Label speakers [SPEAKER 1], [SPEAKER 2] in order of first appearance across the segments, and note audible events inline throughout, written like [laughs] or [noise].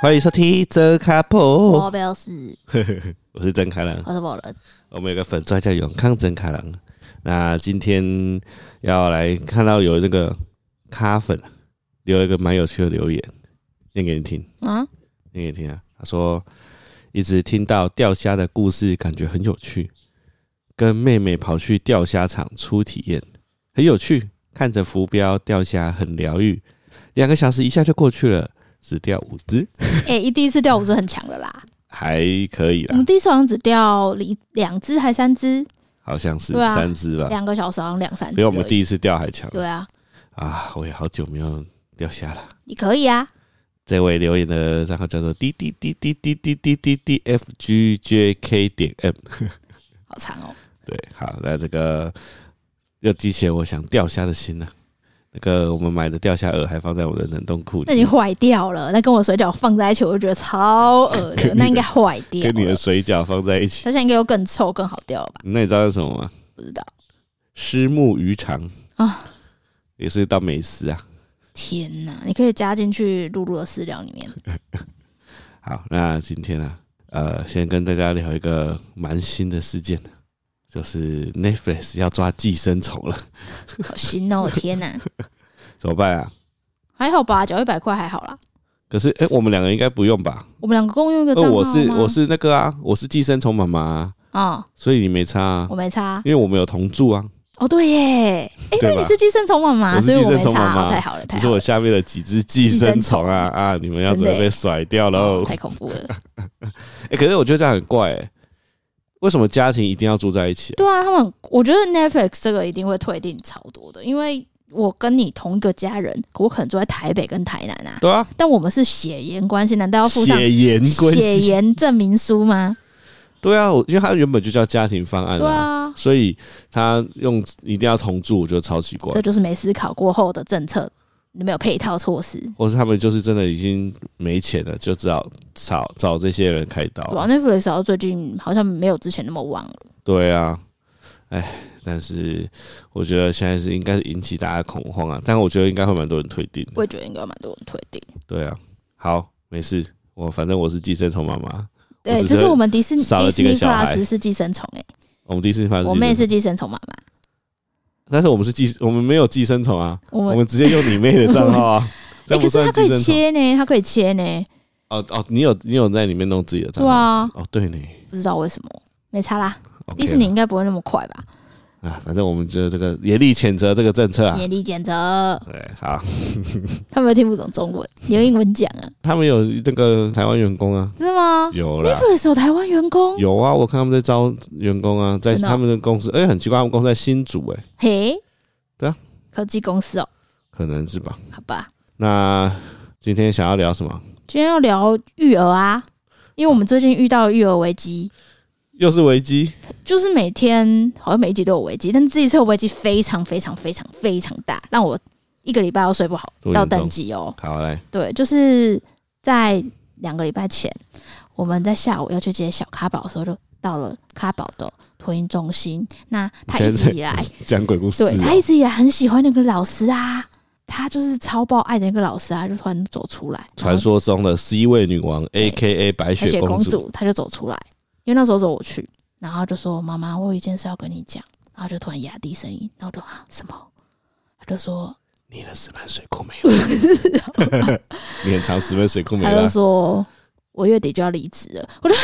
[SPEAKER 1] 欢迎收听真卡
[SPEAKER 2] 我
[SPEAKER 1] 破，
[SPEAKER 2] 不要死，
[SPEAKER 1] [laughs] 我是真开朗。
[SPEAKER 2] 我是某人。
[SPEAKER 1] 我们有个粉专叫永康真开朗。那今天要来看到有那个咖粉留了一个蛮有趣的留言，念给你听，
[SPEAKER 2] 嗯，
[SPEAKER 1] 念给你听啊。他说一直听到钓虾的故事，感觉很有趣，跟妹妹跑去钓虾场初体验，很有趣。看着浮标钓虾很疗愈，两个小时一下就过去了，只钓五只，
[SPEAKER 2] 哎、一第一次钓五只很强的啦，
[SPEAKER 1] 还可以
[SPEAKER 2] 我
[SPEAKER 1] 啦
[SPEAKER 2] 们。第一次好像只钓一两只还三只，
[SPEAKER 1] 好像是
[SPEAKER 2] 对啊
[SPEAKER 1] 三只吧，
[SPEAKER 2] 两个小时好像两三只而已。
[SPEAKER 1] 比我们第一次钓还强
[SPEAKER 2] 对啊，
[SPEAKER 1] 啊！我也好久没有钓虾了。
[SPEAKER 2] 你可以啊，
[SPEAKER 1] 这位留言的账号叫做滴滴滴滴滴滴滴滴 f g j k 点 m，
[SPEAKER 2] 好长哦。
[SPEAKER 1] 对，好，那这个又激起了我想钓虾的心了、那个我们买的钓虾饵还放在我的冷冻库
[SPEAKER 2] 那你
[SPEAKER 1] 里，
[SPEAKER 2] 坏掉了，那跟我水饺放在一起，我就觉得超恶
[SPEAKER 1] 跟你
[SPEAKER 2] 的，
[SPEAKER 1] 的
[SPEAKER 2] 那应该坏掉
[SPEAKER 1] 跟你的
[SPEAKER 2] 了。
[SPEAKER 1] 水饺放在一起。
[SPEAKER 2] 它现在应该又更臭更好掉了吧？
[SPEAKER 1] 那你知道是什么吗？
[SPEAKER 2] 不知道。
[SPEAKER 1] 虱目鱼肠
[SPEAKER 2] 啊，
[SPEAKER 1] 也是道美食啊。
[SPEAKER 2] 天哪！你可以加进去露露的饲料里面。
[SPEAKER 1] 好，那今天呢、呃，先跟大家聊一个蛮新的事件，就是 Netflix 要抓寄生虫了，
[SPEAKER 2] 好心哦，天
[SPEAKER 1] [laughs]
[SPEAKER 2] 哪！
[SPEAKER 1] 怎么办啊？
[SPEAKER 2] 还好吧，缴一百块还好啦。
[SPEAKER 1] 可是，哎、我们两个应该不用吧？
[SPEAKER 2] 我们两个共用一个账
[SPEAKER 1] 呃，
[SPEAKER 2] 号
[SPEAKER 1] 我是
[SPEAKER 2] 吗
[SPEAKER 1] 我是那个啊，我是寄生虫妈妈、啊，
[SPEAKER 2] 哦，
[SPEAKER 1] 所以你没差啊
[SPEAKER 2] 我，没差。
[SPEAKER 1] 因为我们有同住啊，
[SPEAKER 2] 哦，对耶，
[SPEAKER 1] 对
[SPEAKER 2] 你
[SPEAKER 1] 吧？
[SPEAKER 2] 是寄生虫妈
[SPEAKER 1] 我
[SPEAKER 2] 妈，
[SPEAKER 1] 是
[SPEAKER 2] 所以我
[SPEAKER 1] 寄
[SPEAKER 2] 没
[SPEAKER 1] 生虫妈
[SPEAKER 2] 差，
[SPEAKER 1] 妈
[SPEAKER 2] 哦太好了，太
[SPEAKER 1] 只是
[SPEAKER 2] 好
[SPEAKER 1] 我
[SPEAKER 2] 了，
[SPEAKER 1] 下面的几只寄生虫啊
[SPEAKER 2] [laughs]
[SPEAKER 1] 啊，你们要准备
[SPEAKER 2] 真的
[SPEAKER 1] 被甩掉喽
[SPEAKER 2] 哦！太恐怖了。 [laughs]
[SPEAKER 1] 哎、可是我觉得这样很怪、欸，为什么家庭一定要住在一起、啊？
[SPEAKER 2] 对啊，他们，我觉得 Netflix 这个一定会退订超多的，因为我跟你同一个家人，我可能住在台北跟台南啊，
[SPEAKER 1] 对啊，
[SPEAKER 2] 但我们是血缘关系，难道要附上
[SPEAKER 1] 血缘关
[SPEAKER 2] 血
[SPEAKER 1] 系，
[SPEAKER 2] 缘证明书
[SPEAKER 1] [laughs]
[SPEAKER 2] 吗？
[SPEAKER 1] 对啊，我因为它原本就叫家庭方案
[SPEAKER 2] 对啊，
[SPEAKER 1] 所以他用一定要同住，我觉得超奇怪
[SPEAKER 2] 这。就是没思考过后的政策，你没有配套措施。
[SPEAKER 1] 或是他们就是真的已经没钱了，就只好找找这些人开刀。
[SPEAKER 2] 对啊，Netflix 好像最近好像没有之前那么旺了。
[SPEAKER 1] 对啊，哎，但是我觉得现在是应该是引起大家恐慌啊，但我觉得应该会蛮多人退订的。
[SPEAKER 2] 我也觉得应该有蛮多人退订。
[SPEAKER 1] 对啊，好，没事，我反正我是寄生虫妈妈，我
[SPEAKER 2] 对，
[SPEAKER 1] 只
[SPEAKER 2] 这
[SPEAKER 1] 是
[SPEAKER 2] 是我们迪士尼
[SPEAKER 1] 少了
[SPEAKER 2] 迪
[SPEAKER 1] 几
[SPEAKER 2] 士
[SPEAKER 1] 个
[SPEAKER 2] 尼
[SPEAKER 1] 小孩
[SPEAKER 2] Plus 是寄生虫哎、
[SPEAKER 1] 我们第一次发
[SPEAKER 2] 我妹
[SPEAKER 1] 生，
[SPEAKER 2] 是寄生虫妈妈，
[SPEAKER 1] 但是我们是寄，我们没有寄生虫啊，
[SPEAKER 2] 我
[SPEAKER 1] 我
[SPEAKER 2] 们
[SPEAKER 1] 们直接用你妹的账号
[SPEAKER 2] [laughs]
[SPEAKER 1] 啊，这样
[SPEAKER 2] 哎、可
[SPEAKER 1] 不
[SPEAKER 2] 是
[SPEAKER 1] 算
[SPEAKER 2] 它可
[SPEAKER 1] 寄
[SPEAKER 2] 以
[SPEAKER 1] 生虫。
[SPEAKER 2] 切呢，它可以切呢，
[SPEAKER 1] 哦哦，你有你有在里面弄自己的账
[SPEAKER 2] 对
[SPEAKER 1] 号？
[SPEAKER 2] 啊，
[SPEAKER 1] 哦，对呢，
[SPEAKER 2] 不知道为什么没差啦。
[SPEAKER 1] OK
[SPEAKER 2] 迪士尼应该不会那么快吧？
[SPEAKER 1] 啊，反正我们觉得这个严厉谴责这个政策啊。
[SPEAKER 2] 严厉谴责，
[SPEAKER 1] 对，好，
[SPEAKER 2] 他们又听不懂中文，你用英文讲啊？
[SPEAKER 1] 他们有那个台湾员工啊，
[SPEAKER 2] 真的吗
[SPEAKER 1] 有啦，
[SPEAKER 2] ？Netflix 有台湾员工，
[SPEAKER 1] 有啊，我看他们在招员工啊，在
[SPEAKER 2] 真的哦
[SPEAKER 1] 他们的公司，哎、很奇怪，他们公司在新竹、哎，
[SPEAKER 2] 嘿，
[SPEAKER 1] 对啊，
[SPEAKER 2] 科技公司哦，
[SPEAKER 1] 可能是吧。
[SPEAKER 2] 好吧。
[SPEAKER 1] 那今天想要聊什么？
[SPEAKER 2] 今天要聊育儿啊，因为我们最近遇到育儿危机，
[SPEAKER 1] 又是危机，
[SPEAKER 2] 就是每天好像每一集都有危机，但这一次的危机非常非常非常非常大，让我一个礼拜都睡不好
[SPEAKER 1] 多严
[SPEAKER 2] 到
[SPEAKER 1] 重
[SPEAKER 2] 等级哦。
[SPEAKER 1] 好来，
[SPEAKER 2] 对，就是在两个礼拜前，我们在下午要去接小咖宝的时候，就到了咖宝的托婴中心。那他一直以来，
[SPEAKER 1] [laughs] 讲鬼故事、
[SPEAKER 2] 对他
[SPEAKER 1] 啊
[SPEAKER 2] 一直以来很喜欢那个老师啊，他就是超爆爱的那个老师啊，就突然走出来，
[SPEAKER 1] 传说中的 C 位女王
[SPEAKER 2] 对
[SPEAKER 1] ，A K A 白
[SPEAKER 2] 白
[SPEAKER 1] 雪
[SPEAKER 2] 雪
[SPEAKER 1] 公
[SPEAKER 2] 公
[SPEAKER 1] 主，
[SPEAKER 2] 主，她就走出来，因为那时候走我去，然后就说妈妈，我有一件事要跟你讲，然后就突然压低声音，然后我就啊什么，他就说，
[SPEAKER 1] 你的石门水库没了，
[SPEAKER 2] [laughs]
[SPEAKER 1] 你很长石门水库没
[SPEAKER 2] 他就
[SPEAKER 1] 了，
[SPEAKER 2] 说我月底就要离职了，我就哈，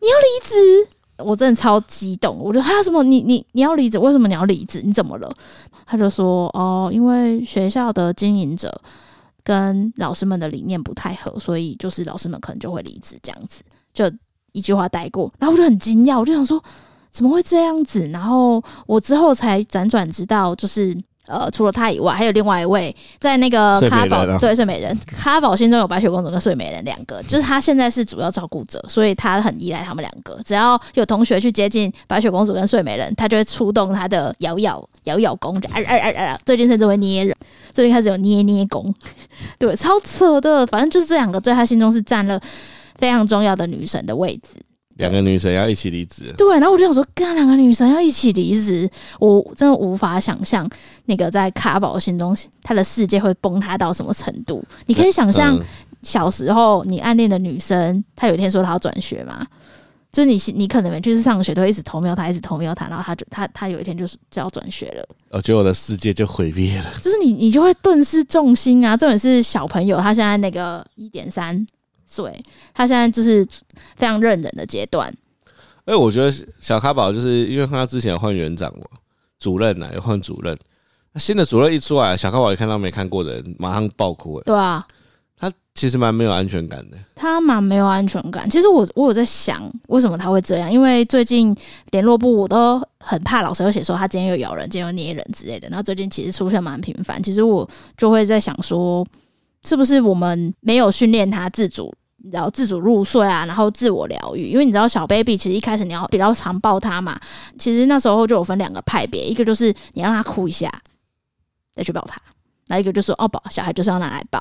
[SPEAKER 2] 你要离职。我真的超激动，我就哈什么你你你要离职？为什么你要离职？你怎么了？他就说哦，因为学校的经营者跟老师们的理念不太合，所以就是老师们可能就会离职这样子，就一句话带过。然后我就很惊讶，我就想说怎么会这样子？然后我之后才辗转知道，就是呃，除了他以外，还有另外一位在那个
[SPEAKER 1] 睡美
[SPEAKER 2] 咖
[SPEAKER 1] 人
[SPEAKER 2] 宝、
[SPEAKER 1] 啊
[SPEAKER 2] 对睡美人咖宝心中有白雪公主跟睡美人两个，就是他现在是主要照顾者，所以他很依赖他们两个。只要有同学去接近白雪公主跟睡美人，他就会出动他的摇摇摇摇功，就啊啊啊啊！最近甚至会捏人， [laughs] 最近开始有捏捏功，对，超扯的。反正就是这两个在他心中是占了非常重要的女神的位置。
[SPEAKER 1] 两个女神要一起离职，
[SPEAKER 2] 对，然后我就想说，跟两个女生要一起离职，我真的无法想象那个在卡宝心中，他的世界会崩塌到什么程度。你可以想象
[SPEAKER 1] 嗯
[SPEAKER 2] 小时候你暗恋的女生，她有一天说她要转学嘛，就是你你可能每次上学都会一直偷瞄她，一直偷瞄她，然后她就她她有一天就是就要转学了。
[SPEAKER 1] 我觉得我的世界就毁灭了。
[SPEAKER 2] 就是你你就会顿时重心啊。重点是小朋友他现在那个一点三岁，他现在就是非常认人的阶段。
[SPEAKER 1] 哎，我觉得小卡宝就是因为他之前有换园长嘛，主任呐、有换主任，那新的主任一出来，小卡宝一看到没看过的人，马上爆哭、哎，
[SPEAKER 2] 对啊，
[SPEAKER 1] 他其实蛮没有安全感的。
[SPEAKER 2] 他蛮没有安全感。其实我我有在想，为什么他会这样？因为最近联络部我都很怕老师会写说他今天又咬人，今天又捏人之类的。然后最近其实出现蛮频繁，其实我就会在想说，是不是我们没有训练他自主，然后自主入睡啊，然后自我疗愈？因为你知道小 baby 其实一开始你要比较常抱他嘛，其实那时候就有分两个派别，一个就是你让他哭一下再去抱他，那一个就说哦抱小孩就是要拿来抱。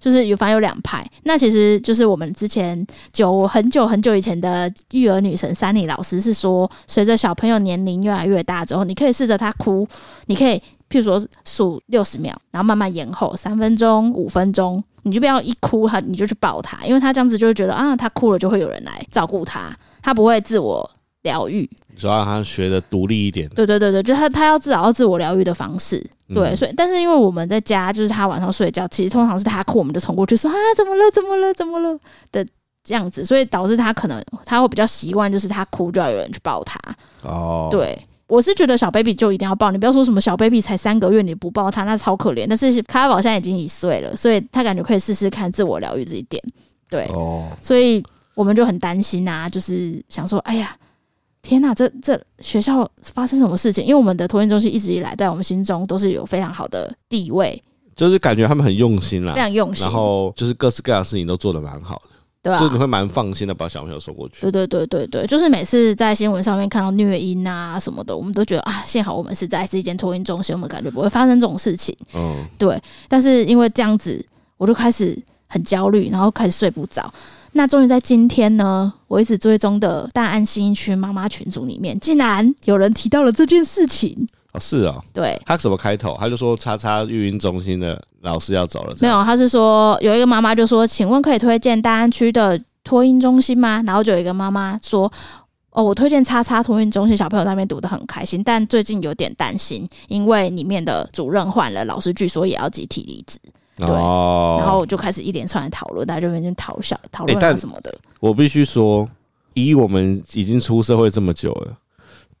[SPEAKER 2] 就是有反正有两派，那其实就是我们之前久很久很久以前的育儿女神珊妮老师是说，随着小朋友年龄越来越大之后，你可以试着他哭，你可以譬如说数六十秒，然后慢慢延后三分钟、五分钟，你就不要一哭他你就去抱他，因为他这样子就会觉得啊，他哭了就会有人来照顾他，他不会自我疗愈。
[SPEAKER 1] 你说让他学的独立一点，
[SPEAKER 2] 对对对对，就他他要自找到自我疗愈的方式。对，
[SPEAKER 1] 嗯
[SPEAKER 2] 所以但是因为我们在家，就是他晚上睡觉，其实通常是他哭，我们就冲过去说啊，怎么了？怎么了？怎么了？的这样子，所以导致他可能他会比较习惯，就是他哭就要有人去抱他。
[SPEAKER 1] 哦，，
[SPEAKER 2] 对。我是觉得小 baby 就一定要抱，你不要说什么小 baby 才三个月你不抱他那超可怜。但是卡宝现在已经一岁了，所以他感觉可以试试看自我疗愈这一点。对，
[SPEAKER 1] 哦，
[SPEAKER 2] 所以我们就很担心啊，就是想说，哎呀，天哪，这这学校发生什么事情？因为我们的托运中心一直以来在我们心中都是有非常好的地位，
[SPEAKER 1] 就是感觉他们很用心啦
[SPEAKER 2] 非，常用心
[SPEAKER 1] 啊然，后就是各式各样的事情都做得蛮好的，
[SPEAKER 2] 对吧、
[SPEAKER 1] 所以你会蛮放心的把小朋友送过去
[SPEAKER 2] 对。对对对对，就是每次在新闻上面看到虐婴啊什么的，我们都觉得啊，幸好我们是在是一间托运中心，我们感觉不会发生这种事情。
[SPEAKER 1] 嗯，
[SPEAKER 2] 对，但是因为这样子，我就开始很焦虑，然后开始睡不着。那终于在今天呢，我一直追踪的大安新一区妈妈群组里面，竟然有人提到了这件事情。
[SPEAKER 1] 哦，是哦，
[SPEAKER 2] 对，
[SPEAKER 1] 他什么开头？他就说叉叉育婴中心的老师要走了，这
[SPEAKER 2] 没
[SPEAKER 1] 样
[SPEAKER 2] 有，他是说有一个妈妈就说：“请问可以推荐大安区的托婴中心吗？”然后就有一个妈妈说。哦，我推荐叉叉托运中心，小朋友那边读得很开心，但最近有点担心，因为里面的主任换了，老师据说也要集体离职。对
[SPEAKER 1] 哦，
[SPEAKER 2] 然后我就开始一连串的讨论，大家就在那边讨小讨
[SPEAKER 1] 欸
[SPEAKER 2] 论啊
[SPEAKER 1] 但
[SPEAKER 2] 什么的。
[SPEAKER 1] 我必须说，以我们已经出社会这么久了，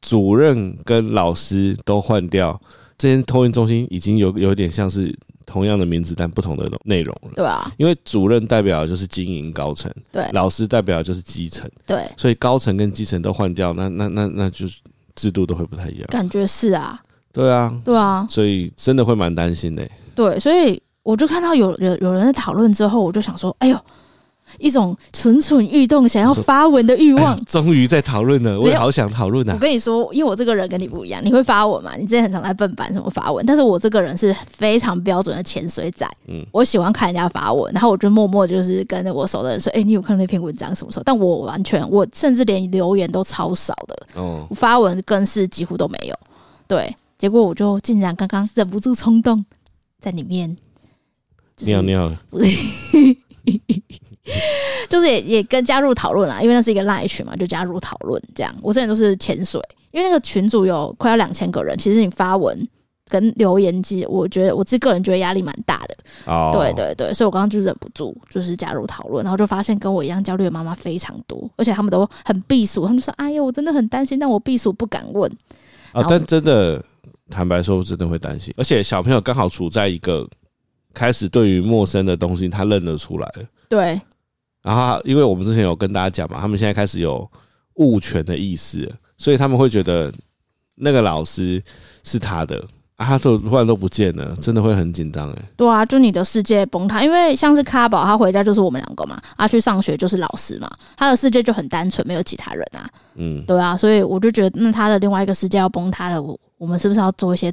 [SPEAKER 1] 主任跟老师都换掉，这间托运中心已经有有点像是同样的名字，但不同的内容了。
[SPEAKER 2] 对啊，
[SPEAKER 1] 因为主任代表的就是经营高层，
[SPEAKER 2] 对
[SPEAKER 1] 老师代表的就是基层，
[SPEAKER 2] 对，
[SPEAKER 1] 所以高层跟基层都换掉，那那那那就是制度都会不太一样。
[SPEAKER 2] 感觉是啊，
[SPEAKER 1] 对啊，
[SPEAKER 2] 对啊，
[SPEAKER 1] 所以真的会蛮担心的、欸
[SPEAKER 2] 对，所以我就看到有有有人在讨论之后，我就想说，哎呦，一种蠢蠢欲动、想要发文的欲望。
[SPEAKER 1] [laughs] 终于在讨论了，我也好想讨论
[SPEAKER 2] 我
[SPEAKER 1] 啊。
[SPEAKER 2] 跟你说，因为我这个人跟你不一样，你会发文嘛？你之前很常在笨板什么发文，但是我这个人是非常标准的潜水仔，
[SPEAKER 1] 嗯
[SPEAKER 2] 我喜欢看人家发文，然后我就默默就是跟着我熟的人说，哎、你有看那篇文章什么时候？但我完全，我甚至连留言都超少的，
[SPEAKER 1] 哦，
[SPEAKER 2] 我发文更是几乎都没有。对，结果我就竟然刚刚忍不住冲动，在里面就是
[SPEAKER 1] 尿尿了，
[SPEAKER 2] 就是也也跟加入讨论啦，因为那是一个 live 群嘛，就加入讨论这样。我之前都是潜水，因为那个群组有快要两千个人，其实你发文。跟留言机，我觉得我自己个人觉得压力蛮大的，
[SPEAKER 1] 哦，
[SPEAKER 2] 对，对对，所以我刚刚就忍不住就是加入讨论，然后就发现跟我一样焦虑的妈妈非常多，而且他们都很避暑，他们就说：“哎呀，我真的很担心，但我避暑不敢问。”
[SPEAKER 1] 啊，但真的坦白说，我真的会担心，而且小朋友刚好处在一个开始对于陌生的东西他认得出来了，
[SPEAKER 2] 对
[SPEAKER 1] 然后他因为我们之前有跟大家讲嘛，他们现在开始有物权的意识了，所以他们会觉得那个老师是他的。啊，他都突然都不见了，真的会很紧张哎。
[SPEAKER 2] 对啊，就你的世界崩塌，因为像是卡宝，他回家就是我们两个嘛，他、去上学就是老师嘛，他的世界就很单纯，没有其他人啊，
[SPEAKER 1] 嗯，
[SPEAKER 2] 对啊，所以我就觉得，那他的另外一个世界要崩塌了，我我们是不是要做一些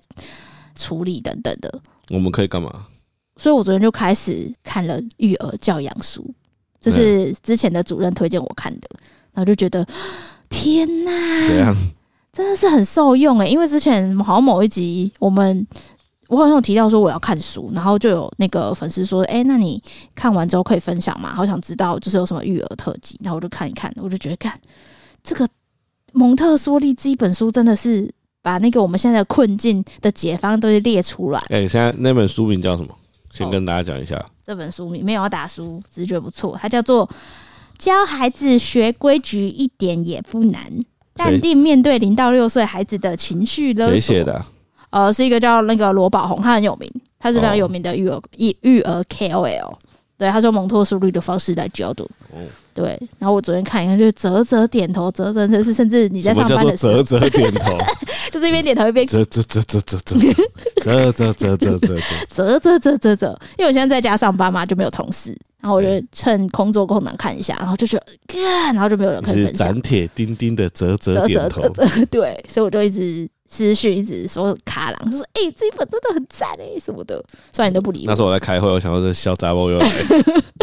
[SPEAKER 2] 处理等等的？
[SPEAKER 1] 我们可以干嘛？
[SPEAKER 2] 所以我昨天就开始看了育儿教养书，这是之前的主任推荐我看的，然后就觉得天哪，
[SPEAKER 1] 哎怎样？ [laughs]
[SPEAKER 2] 真的是很受用诶、因为之前好像某一集我们我好像有提到说我要看书，然后就有那个粉丝说：“哎、那你看完之后可以分享吗？好想知道就是有什么育儿特辑。”然后我就看一看，我就觉得看这个蒙特梭利这一本书真的是把那个我们现在的困境的解方都是列出来。
[SPEAKER 1] 哎、现在那本书名叫什么？先
[SPEAKER 2] 哦
[SPEAKER 1] 跟大家讲一下。
[SPEAKER 2] 这本书名没有要打书，只是觉得不错，它叫做《教孩子学规矩一点也不难》。淡定面对零到六岁孩子的情绪勒索。
[SPEAKER 1] 谁写的啊、
[SPEAKER 2] 呃，是一个叫那个罗宝红，他很有名，他是非常
[SPEAKER 1] 哦
[SPEAKER 2] 有名的育儿育育儿 KOL。对，他是用蒙特梭利的方式来教导。
[SPEAKER 1] 哦
[SPEAKER 2] 对，然后我昨天看一看，就是啧啧点头，啧啧，甚至甚至你在
[SPEAKER 1] 什么
[SPEAKER 2] 上
[SPEAKER 1] 叫
[SPEAKER 2] 班
[SPEAKER 1] 做
[SPEAKER 2] 的时候
[SPEAKER 1] 啧，啧点头？
[SPEAKER 2] 就是一边点头 [laughs] 一边
[SPEAKER 1] 啧啧啧啧啧啧啧啧啧啧啧啧。
[SPEAKER 2] 啧啧啧啧啧，因为我现在在家上班嘛，就没有同事，然后我就趁工作空档看一下，然后就觉得呃干，然后就没有人
[SPEAKER 1] 你
[SPEAKER 2] 可以
[SPEAKER 1] 是
[SPEAKER 2] 分享，
[SPEAKER 1] 斩铁钉钉的啧啧
[SPEAKER 2] 啧啧
[SPEAKER 1] 点头
[SPEAKER 2] 啧。啧，对，所以我就一直私讯，一直说卡郎，就说哎、欸这一本真的很赞哎、什么的，虽然你都不理
[SPEAKER 1] 那
[SPEAKER 2] 我
[SPEAKER 1] 时，候我在开会，我想到这小杂毛又来了。 [laughs]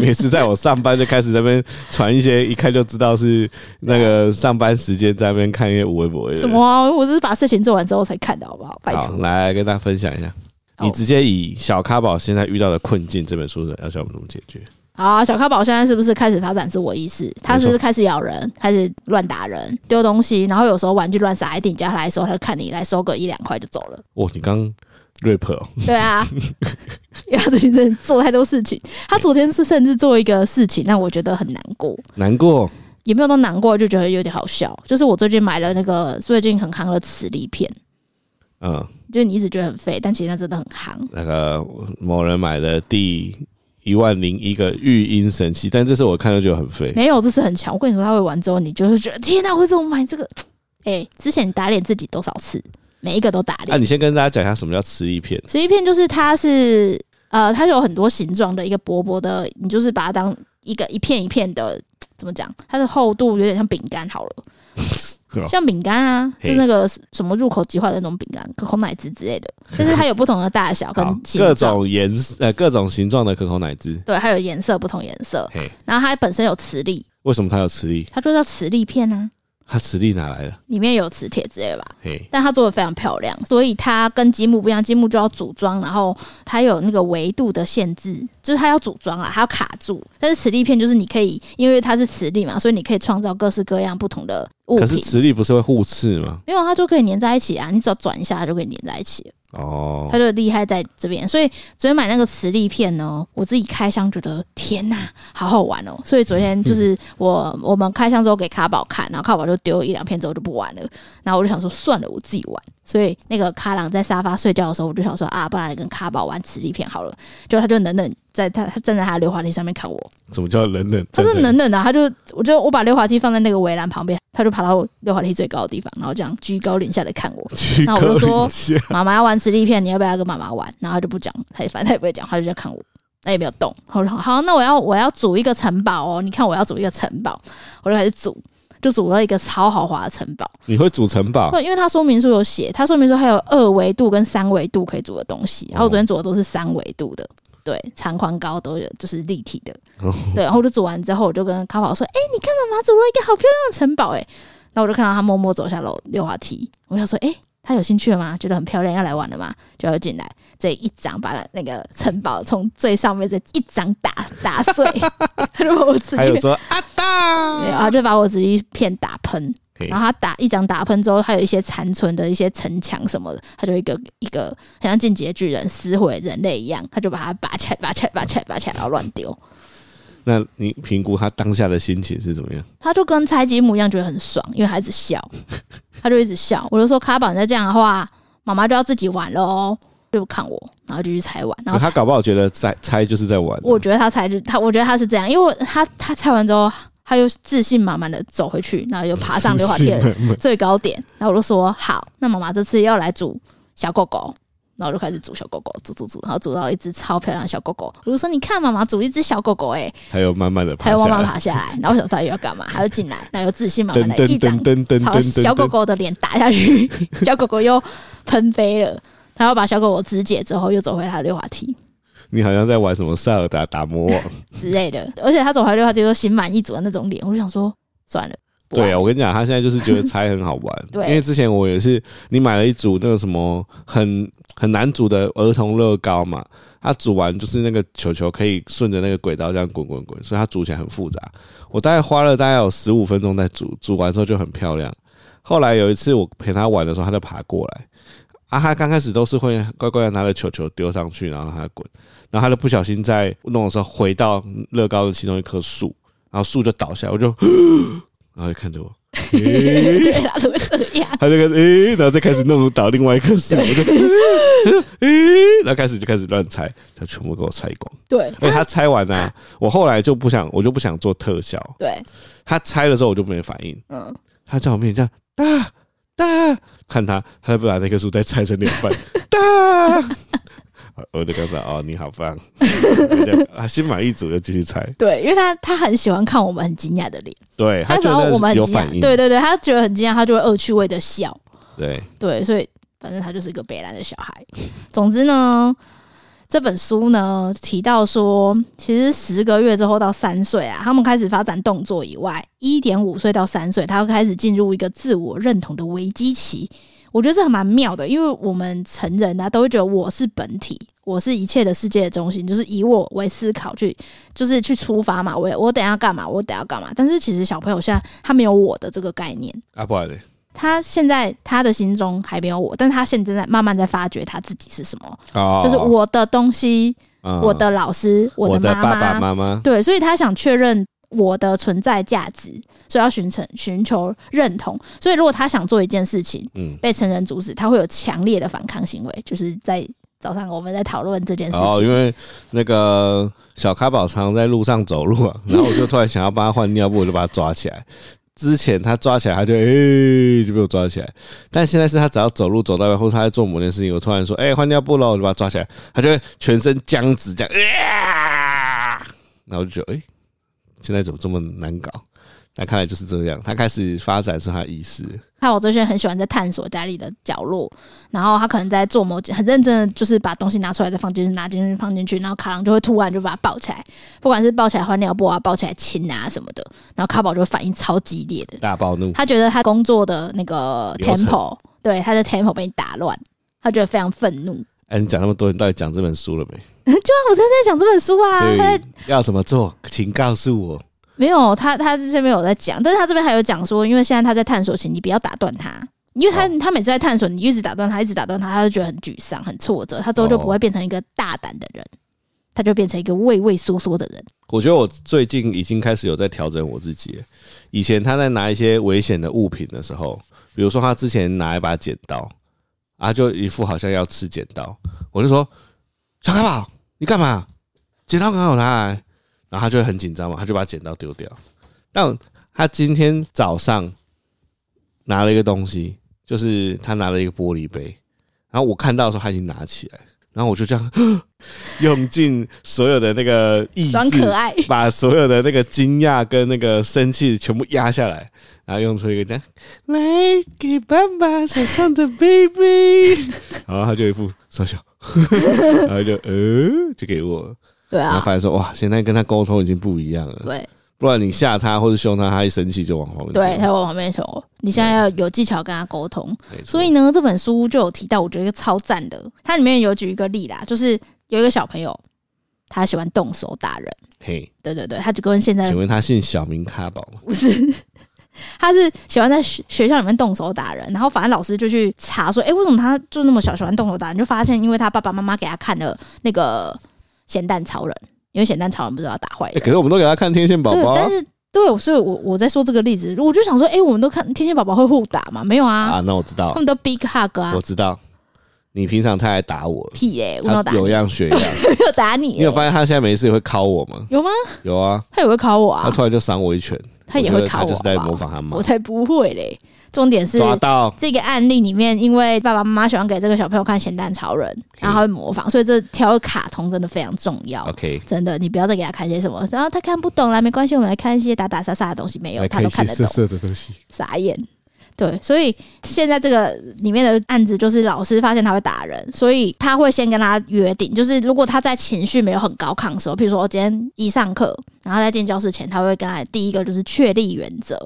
[SPEAKER 1] 每次在我上班就开始在那边传一些，一看就知道是那个上班时间在那边看一些无微博的。
[SPEAKER 2] 什么、啊，我只是把事情做完之后才看的好不好？拜
[SPEAKER 1] 好，
[SPEAKER 2] 托，
[SPEAKER 1] 来跟大家分享一下。你
[SPEAKER 2] 哦
[SPEAKER 1] 直接以小咖宝现在遇到的困境这本书的，要教我们怎么解决？
[SPEAKER 2] 好啊，小咖宝现在是不是开始发展自我意识？他是不是开始咬人，开始乱打人、丢东西，然后有时候玩具乱撒在你家来的时候，他就看你来收个一两块就走了。
[SPEAKER 1] 哦，你刚 rap 哦，
[SPEAKER 2] 对啊，因为他最近真的做太多事情。他昨天是甚至做一个事情让我觉得很难过，
[SPEAKER 1] 难过
[SPEAKER 2] 也没有到难过，就觉得有点好笑。就是我最近买了那个最近很夯的磁力片，
[SPEAKER 1] 嗯，
[SPEAKER 2] 就是你一直觉得很废，但其实它真的很夯。
[SPEAKER 1] 那个某人买的第一万零一个育婴神器，但这次我看了就很废。
[SPEAKER 2] 没有，这是很强。我跟你说，他会玩之后，你就会觉得天哪、我为什么买这个？哎、之前你打脸自己多少次？每一个都打
[SPEAKER 1] 啊，
[SPEAKER 2] 脸。
[SPEAKER 1] 你先跟大家讲一下什么叫磁力片，
[SPEAKER 2] 磁力片就是它是呃，它有很多形状的一个薄薄的，你就是把它当一个一片一片的，怎么讲？它的厚度有点像饼干好了。像饼干啊，
[SPEAKER 1] 哦嘿
[SPEAKER 2] 就是那个什么入口即化的那种饼干，可口奶汁之类的，但是它有不同的大小跟
[SPEAKER 1] 好，
[SPEAKER 2] 形
[SPEAKER 1] 各
[SPEAKER 2] 状，
[SPEAKER 1] 种颜色呃各种形状的可口奶汁。
[SPEAKER 2] 对，还有颜色不同颜色
[SPEAKER 1] 嘿，
[SPEAKER 2] 然后它本身有磁力，
[SPEAKER 1] 为什么它有磁力？
[SPEAKER 2] 它就叫磁力片啊，
[SPEAKER 1] 它磁力哪来的？
[SPEAKER 2] 里面有磁铁之类的吧。
[SPEAKER 1] 嘿，
[SPEAKER 2] 但它做的非常漂亮，所以它跟积木不一样，积木就要组装，然后它有那个维度的限制，就是它要组装啊，它要卡住。但是磁力片就是你可以，因为它是磁力嘛，所以你可以创造各式各样不同的物
[SPEAKER 1] 可
[SPEAKER 2] 品
[SPEAKER 1] 是。磁力不是会互斥吗？
[SPEAKER 2] 没有，它就可以粘在一起啊！你只要转一下，它就可以粘在一起了。
[SPEAKER 1] 哦
[SPEAKER 2] 它，就厉害在这边。所以昨天买那个磁力片呢，我自己开箱觉得天呐，好好玩哦！所以昨天就是我我们开箱之后给卡宝看，然后卡宝就丢一两片之后就不玩了。然后我就想说算了，我自己玩。所以那个卡郎在沙发睡觉的时候，我就想说啊，不然跟卡宝玩磁力片好了。就他就冷冷在他他站在他的溜滑梯上面看我，
[SPEAKER 1] 什么叫冷冷？
[SPEAKER 2] 他是
[SPEAKER 1] 真的
[SPEAKER 2] 冷冷的，他就我就我把溜滑梯放在那个围栏旁边，他就爬到溜滑梯最高的地方，然后这样居高临下的看我。
[SPEAKER 1] 去
[SPEAKER 2] 那我就说
[SPEAKER 1] 高一下
[SPEAKER 2] 妈妈要玩磁力片，你要不要跟妈妈玩？然后他就不讲，他也反正他也不会讲，他就在看我，他也没有动。然后我说好，那我要我要组一个城堡哦，你看我要组一个城堡，我就开始组，就组了一个超豪华的城堡。
[SPEAKER 1] 你会组城堡？
[SPEAKER 2] 对，因为它说明书有写，它说明书还有二维度跟三维度可以组的东西，然后我昨天组的都是三维度的。对，长宽高都有，就是立体的。对，然后我就组完之后，我就跟卡宝说：“哎、你看妈妈组了一个好漂亮的城堡、哎，然后我就看到他默默走下楼溜滑梯，我想说：“哎、他有兴趣了吗？觉得很漂亮，要来玩了吗？”就要进来，这一掌把那个城堡从最上面这一掌打打碎， [laughs] 他就把我自己
[SPEAKER 1] 还有说啊
[SPEAKER 2] 对，然后就把我直接片打喷，
[SPEAKER 1] 嘿
[SPEAKER 2] 然后他打一掌打喷之后，还有一些残存的一些城墙什么的，他就一个一个很像进阶巨人撕毁人类一样，他就把它拔起来、拔起来、拔起来、拔起来，然后乱丢。
[SPEAKER 1] 那你评估他当下的心情是怎么样？
[SPEAKER 2] 他就跟拆积木一样，觉得很爽，因为他一直笑，他就一直笑。我就说卡宝，你再这样的话，妈妈就要自己玩了哦。就看我，然后就去拆完，然后
[SPEAKER 1] 他搞不好觉得猜猜就是在玩啊，
[SPEAKER 2] 我觉得他才是他，我觉得他是这样，因为我他他拆完之后，他又自信满满的走回去，然后又爬上溜滑梯的最高点，然后我就说好，那妈妈这次要来煮小狗狗。然后我就开始煮小狗狗，煮煮煮，然后煮到一只超漂亮的小狗狗。我就说：“你看，妈妈煮一只小狗狗、欸，
[SPEAKER 1] 还有慢慢的
[SPEAKER 2] 它
[SPEAKER 1] 爬
[SPEAKER 2] 又
[SPEAKER 1] 下
[SPEAKER 2] 慢慢
[SPEAKER 1] 来，
[SPEAKER 2] 爬下来。”然后我想到底要干嘛？它又进来，然后又自信满
[SPEAKER 1] 噔
[SPEAKER 2] 满的
[SPEAKER 1] 噔
[SPEAKER 2] 一掌
[SPEAKER 1] 噔噔噔
[SPEAKER 2] 朝
[SPEAKER 1] 噔
[SPEAKER 2] 小狗
[SPEAKER 1] 噔，
[SPEAKER 2] 狗的脸打下去，小狗狗又喷飞了。然后把小狗狗肢解之后，又走回它的溜滑梯。
[SPEAKER 1] 你好像在玩什么塞尔达打
[SPEAKER 2] [laughs]
[SPEAKER 1] 魔王？
[SPEAKER 2] 之类的。而且他走回溜滑梯都心满意足的那种脸，我就想说算了，不玩。
[SPEAKER 1] 对啊，我跟你讲，他现在就是觉得猜很好玩
[SPEAKER 2] 对
[SPEAKER 1] 因为之前我也是，你买了一组那个什么很很难煮的儿童乐高嘛，它煮完就是那个球球可以顺着那个轨道这样滚滚滚，所以它煮起来很复杂。我大概花了大概有十五分钟在煮，煮完之后就很漂亮。后来有一次我陪他玩的时候，他就爬过来，啊，他刚开始都是会乖乖的拿着球球丢上去，然后让它滚，然后他就不小心在弄的时候回到乐高的其中一棵树，然后树就倒下来，我就，然后就看着我，诶
[SPEAKER 2] 对啦，都会这样。
[SPEAKER 1] 他就开始诶、然后再开始弄倒另外一棵树，我就诶、诶然后开始就开始乱拆，他全部给我拆光。
[SPEAKER 2] 对
[SPEAKER 1] 而且他拆完呢、我后来就不想，我就不想做特效。
[SPEAKER 2] 对，
[SPEAKER 1] 他拆的时候我就没反应，
[SPEAKER 2] 嗯，
[SPEAKER 1] 他在我面前这样哒哒，看他，他就把那棵树再拆成两半， [laughs] 哒。我就跟他说：“哦，你好棒！” [laughs] 这样啊，心满意足就继续拆。
[SPEAKER 2] 对，因为他他很喜欢看我们很惊讶的脸，
[SPEAKER 1] 对，他
[SPEAKER 2] 只
[SPEAKER 1] 觉
[SPEAKER 2] 要哦我们
[SPEAKER 1] 得
[SPEAKER 2] 很
[SPEAKER 1] 有
[SPEAKER 2] 惊
[SPEAKER 1] 反
[SPEAKER 2] 讶，
[SPEAKER 1] 应。
[SPEAKER 2] 对对对，他觉得很惊讶，他就会恶趣味的笑。
[SPEAKER 1] 对，
[SPEAKER 2] 对，所以反正他就是一个北兰的小孩。总之呢，这本书呢提到说，其实十个月之后到三岁啊，他们开始发展动作以外，一点五岁到三岁，他会开始进入一个自我认同的危机期。我觉得这还蛮妙的，因为我们成人啊都会觉得我是本体，我是一切的世界的中心，就是以我为思考去，就是去出发嘛。我我等一下干嘛，我等一下干嘛。但是其实小朋友现在他没有我的这个概念，
[SPEAKER 1] 啊，不然嘞
[SPEAKER 2] 他现在他的心中还没有我，但他现在在慢慢在发掘他自己是什么，
[SPEAKER 1] 哦
[SPEAKER 2] 就是我的东西、
[SPEAKER 1] 嗯
[SPEAKER 2] 我的老师、
[SPEAKER 1] 我
[SPEAKER 2] 的
[SPEAKER 1] 的
[SPEAKER 2] 妈
[SPEAKER 1] 爸爸妈妈，
[SPEAKER 2] 对，所以他想确认我的存在价值，所以要寻成寻求认同。所以如果他想做一件事情
[SPEAKER 1] 嗯，
[SPEAKER 2] 被成人阻止，他会有强烈的反抗行为，就是在早上我们在讨论这件事
[SPEAKER 1] 哦，
[SPEAKER 2] 情。
[SPEAKER 1] 因为那个小咖宝常在路上走路
[SPEAKER 2] [laughs]
[SPEAKER 1] 啊，然后我就突然想要帮他换尿布，我就把他抓起来。之前他抓起来，他就诶、就被我抓起来，但现在是他只要走路走到一半，或者他在做某件事情，我突然说诶、哎换尿布了，我就把他抓起来，他就会全身僵直这样，啊、然后我就觉得诶、现在怎么这么难搞？那看来就是这样，他开始发展出他的意识，
[SPEAKER 2] 他有这些很喜欢在探索家里的角落，然后他可能在做某件很认真的，就是把东西拿出来再放进去，拿进去放进去，然后卡郎就会突然就把它抱起来，不管是抱起来换尿布啊，抱起来亲啊什么的，然后卡宝就反应超激烈的，
[SPEAKER 1] 大暴怒。
[SPEAKER 2] 他觉得他工作的那个
[SPEAKER 1] 流程
[SPEAKER 2] tempo，对他的 tempo 被你打乱，他觉得非常愤怒。 [laughs] 啊，
[SPEAKER 1] 哎、你讲那么多，你到底讲这本书了没？
[SPEAKER 2] 我正在讲这本书啊，
[SPEAKER 1] 所
[SPEAKER 2] 他在
[SPEAKER 1] 以要怎么做，请告诉我。
[SPEAKER 2] 没有，他他这边有在讲，但是他这边还有讲说，因为现在他在探索，请你不要打断他，因为他、
[SPEAKER 1] 哦
[SPEAKER 2] 他每次在探索，你一直打断他，一直打断他，他就觉得很沮丧、很挫折，他之后就不会变成一个大胆的人，他就变成一个畏畏缩缩的人。
[SPEAKER 1] 我觉得我最近已经开始有在调整我自己了。以前他在拿一些危险的物品的时候，比如说他之前拿一把剪刀，啊，就一副好像要吃剪刀，我就说：“小开宝，你干嘛？剪刀给我拿来。”然后他就会很紧张嘛，他就把剪刀丢掉。但他今天早上拿了一个东西，就是他拿了一个玻璃杯，然后我看到的时候他已经拿起来，然后我就这样 [gasps] 用尽所有的那个意
[SPEAKER 2] 装
[SPEAKER 1] 志
[SPEAKER 2] 可，爱，
[SPEAKER 1] 把所有的那个惊讶跟那个生气全部压下来，然后用出一个这样，来给爸爸手上
[SPEAKER 2] [laughs]
[SPEAKER 1] 的 baby，然 [laughs] 后他就一副傻笑， [laughs] 然后就呃就给我了，
[SPEAKER 2] 对
[SPEAKER 1] 然后
[SPEAKER 2] 啊，
[SPEAKER 1] 发现说哇，现在跟他沟通已经不一样了，
[SPEAKER 2] 对
[SPEAKER 1] 不然你吓他或者凶他，他一生气就往旁边
[SPEAKER 2] 对，
[SPEAKER 1] 丢，
[SPEAKER 2] 他往旁边说，你现在要有技巧跟他沟通，
[SPEAKER 1] 没错
[SPEAKER 2] 所以呢，这本书就有提到，我觉得超赞的。它里面有举一个例啦，就是有一个小朋友，他喜欢动手打人。
[SPEAKER 1] 嘿，
[SPEAKER 2] 对对对，他就跟现在
[SPEAKER 1] 请问他姓小明卡宝吗？
[SPEAKER 2] 不是，他是喜欢在学学校里面动手打人，然后反正老师就去查说，哎、为什么他就那么小喜欢动手打人？就发现因为他爸爸妈妈给他看了那个咸蛋超人，因为咸蛋超人不是要打坏
[SPEAKER 1] 哎，
[SPEAKER 2] 人，
[SPEAKER 1] [laughs] 可是我们都给他看天线宝宝
[SPEAKER 2] 对，
[SPEAKER 1] 啊
[SPEAKER 2] 但是对，所以我我在说这个例子，我就想说，哎、我们都看天线宝宝会互打嘛？没有啊，
[SPEAKER 1] 啊，那我知道
[SPEAKER 2] 他，们都 big hug 啊
[SPEAKER 1] 我，知道，你平常太爱打我了，
[SPEAKER 2] 屁耶、我没有
[SPEAKER 1] 他
[SPEAKER 2] 打你，
[SPEAKER 1] 有
[SPEAKER 2] 没
[SPEAKER 1] 样学样。
[SPEAKER 2] 有打你
[SPEAKER 1] 你
[SPEAKER 2] 耶、
[SPEAKER 1] 有发现他现在没事也会敲我吗？
[SPEAKER 2] 有吗？
[SPEAKER 1] 有啊，
[SPEAKER 2] 他也会考我
[SPEAKER 1] 他
[SPEAKER 2] 啊，
[SPEAKER 1] 突然就赏我一拳，
[SPEAKER 2] 他也
[SPEAKER 1] 我觉
[SPEAKER 2] 会
[SPEAKER 1] 得
[SPEAKER 2] 考
[SPEAKER 1] 他
[SPEAKER 2] 我
[SPEAKER 1] 就是在
[SPEAKER 2] 好不好
[SPEAKER 1] 模仿他妈
[SPEAKER 2] 我，才不会嘞。重点是
[SPEAKER 1] 抓到
[SPEAKER 2] 这个案例里面，因为爸爸妈妈喜欢给这个小朋友看《咸蛋超人》，然后他会模仿，所以这挑卡通真的非常重要。
[SPEAKER 1] ，OK，
[SPEAKER 2] 真的，你不要再给他看些什么，然后他看不懂啦，没关系，我们来看一些打打杀杀的东西，没有，
[SPEAKER 1] 来
[SPEAKER 2] 他
[SPEAKER 1] 看
[SPEAKER 2] 都
[SPEAKER 1] 一
[SPEAKER 2] 看
[SPEAKER 1] 些
[SPEAKER 2] 得懂
[SPEAKER 1] 色，色的东西，
[SPEAKER 2] 傻眼。对，所以现在这个里面的案子就是老师发现他会打人，所以他会先跟他约定，就是如果他在情绪没有很高亢的时候，譬如说我今天一上课，然后在进教室前，他会跟他第一个就是确立原则，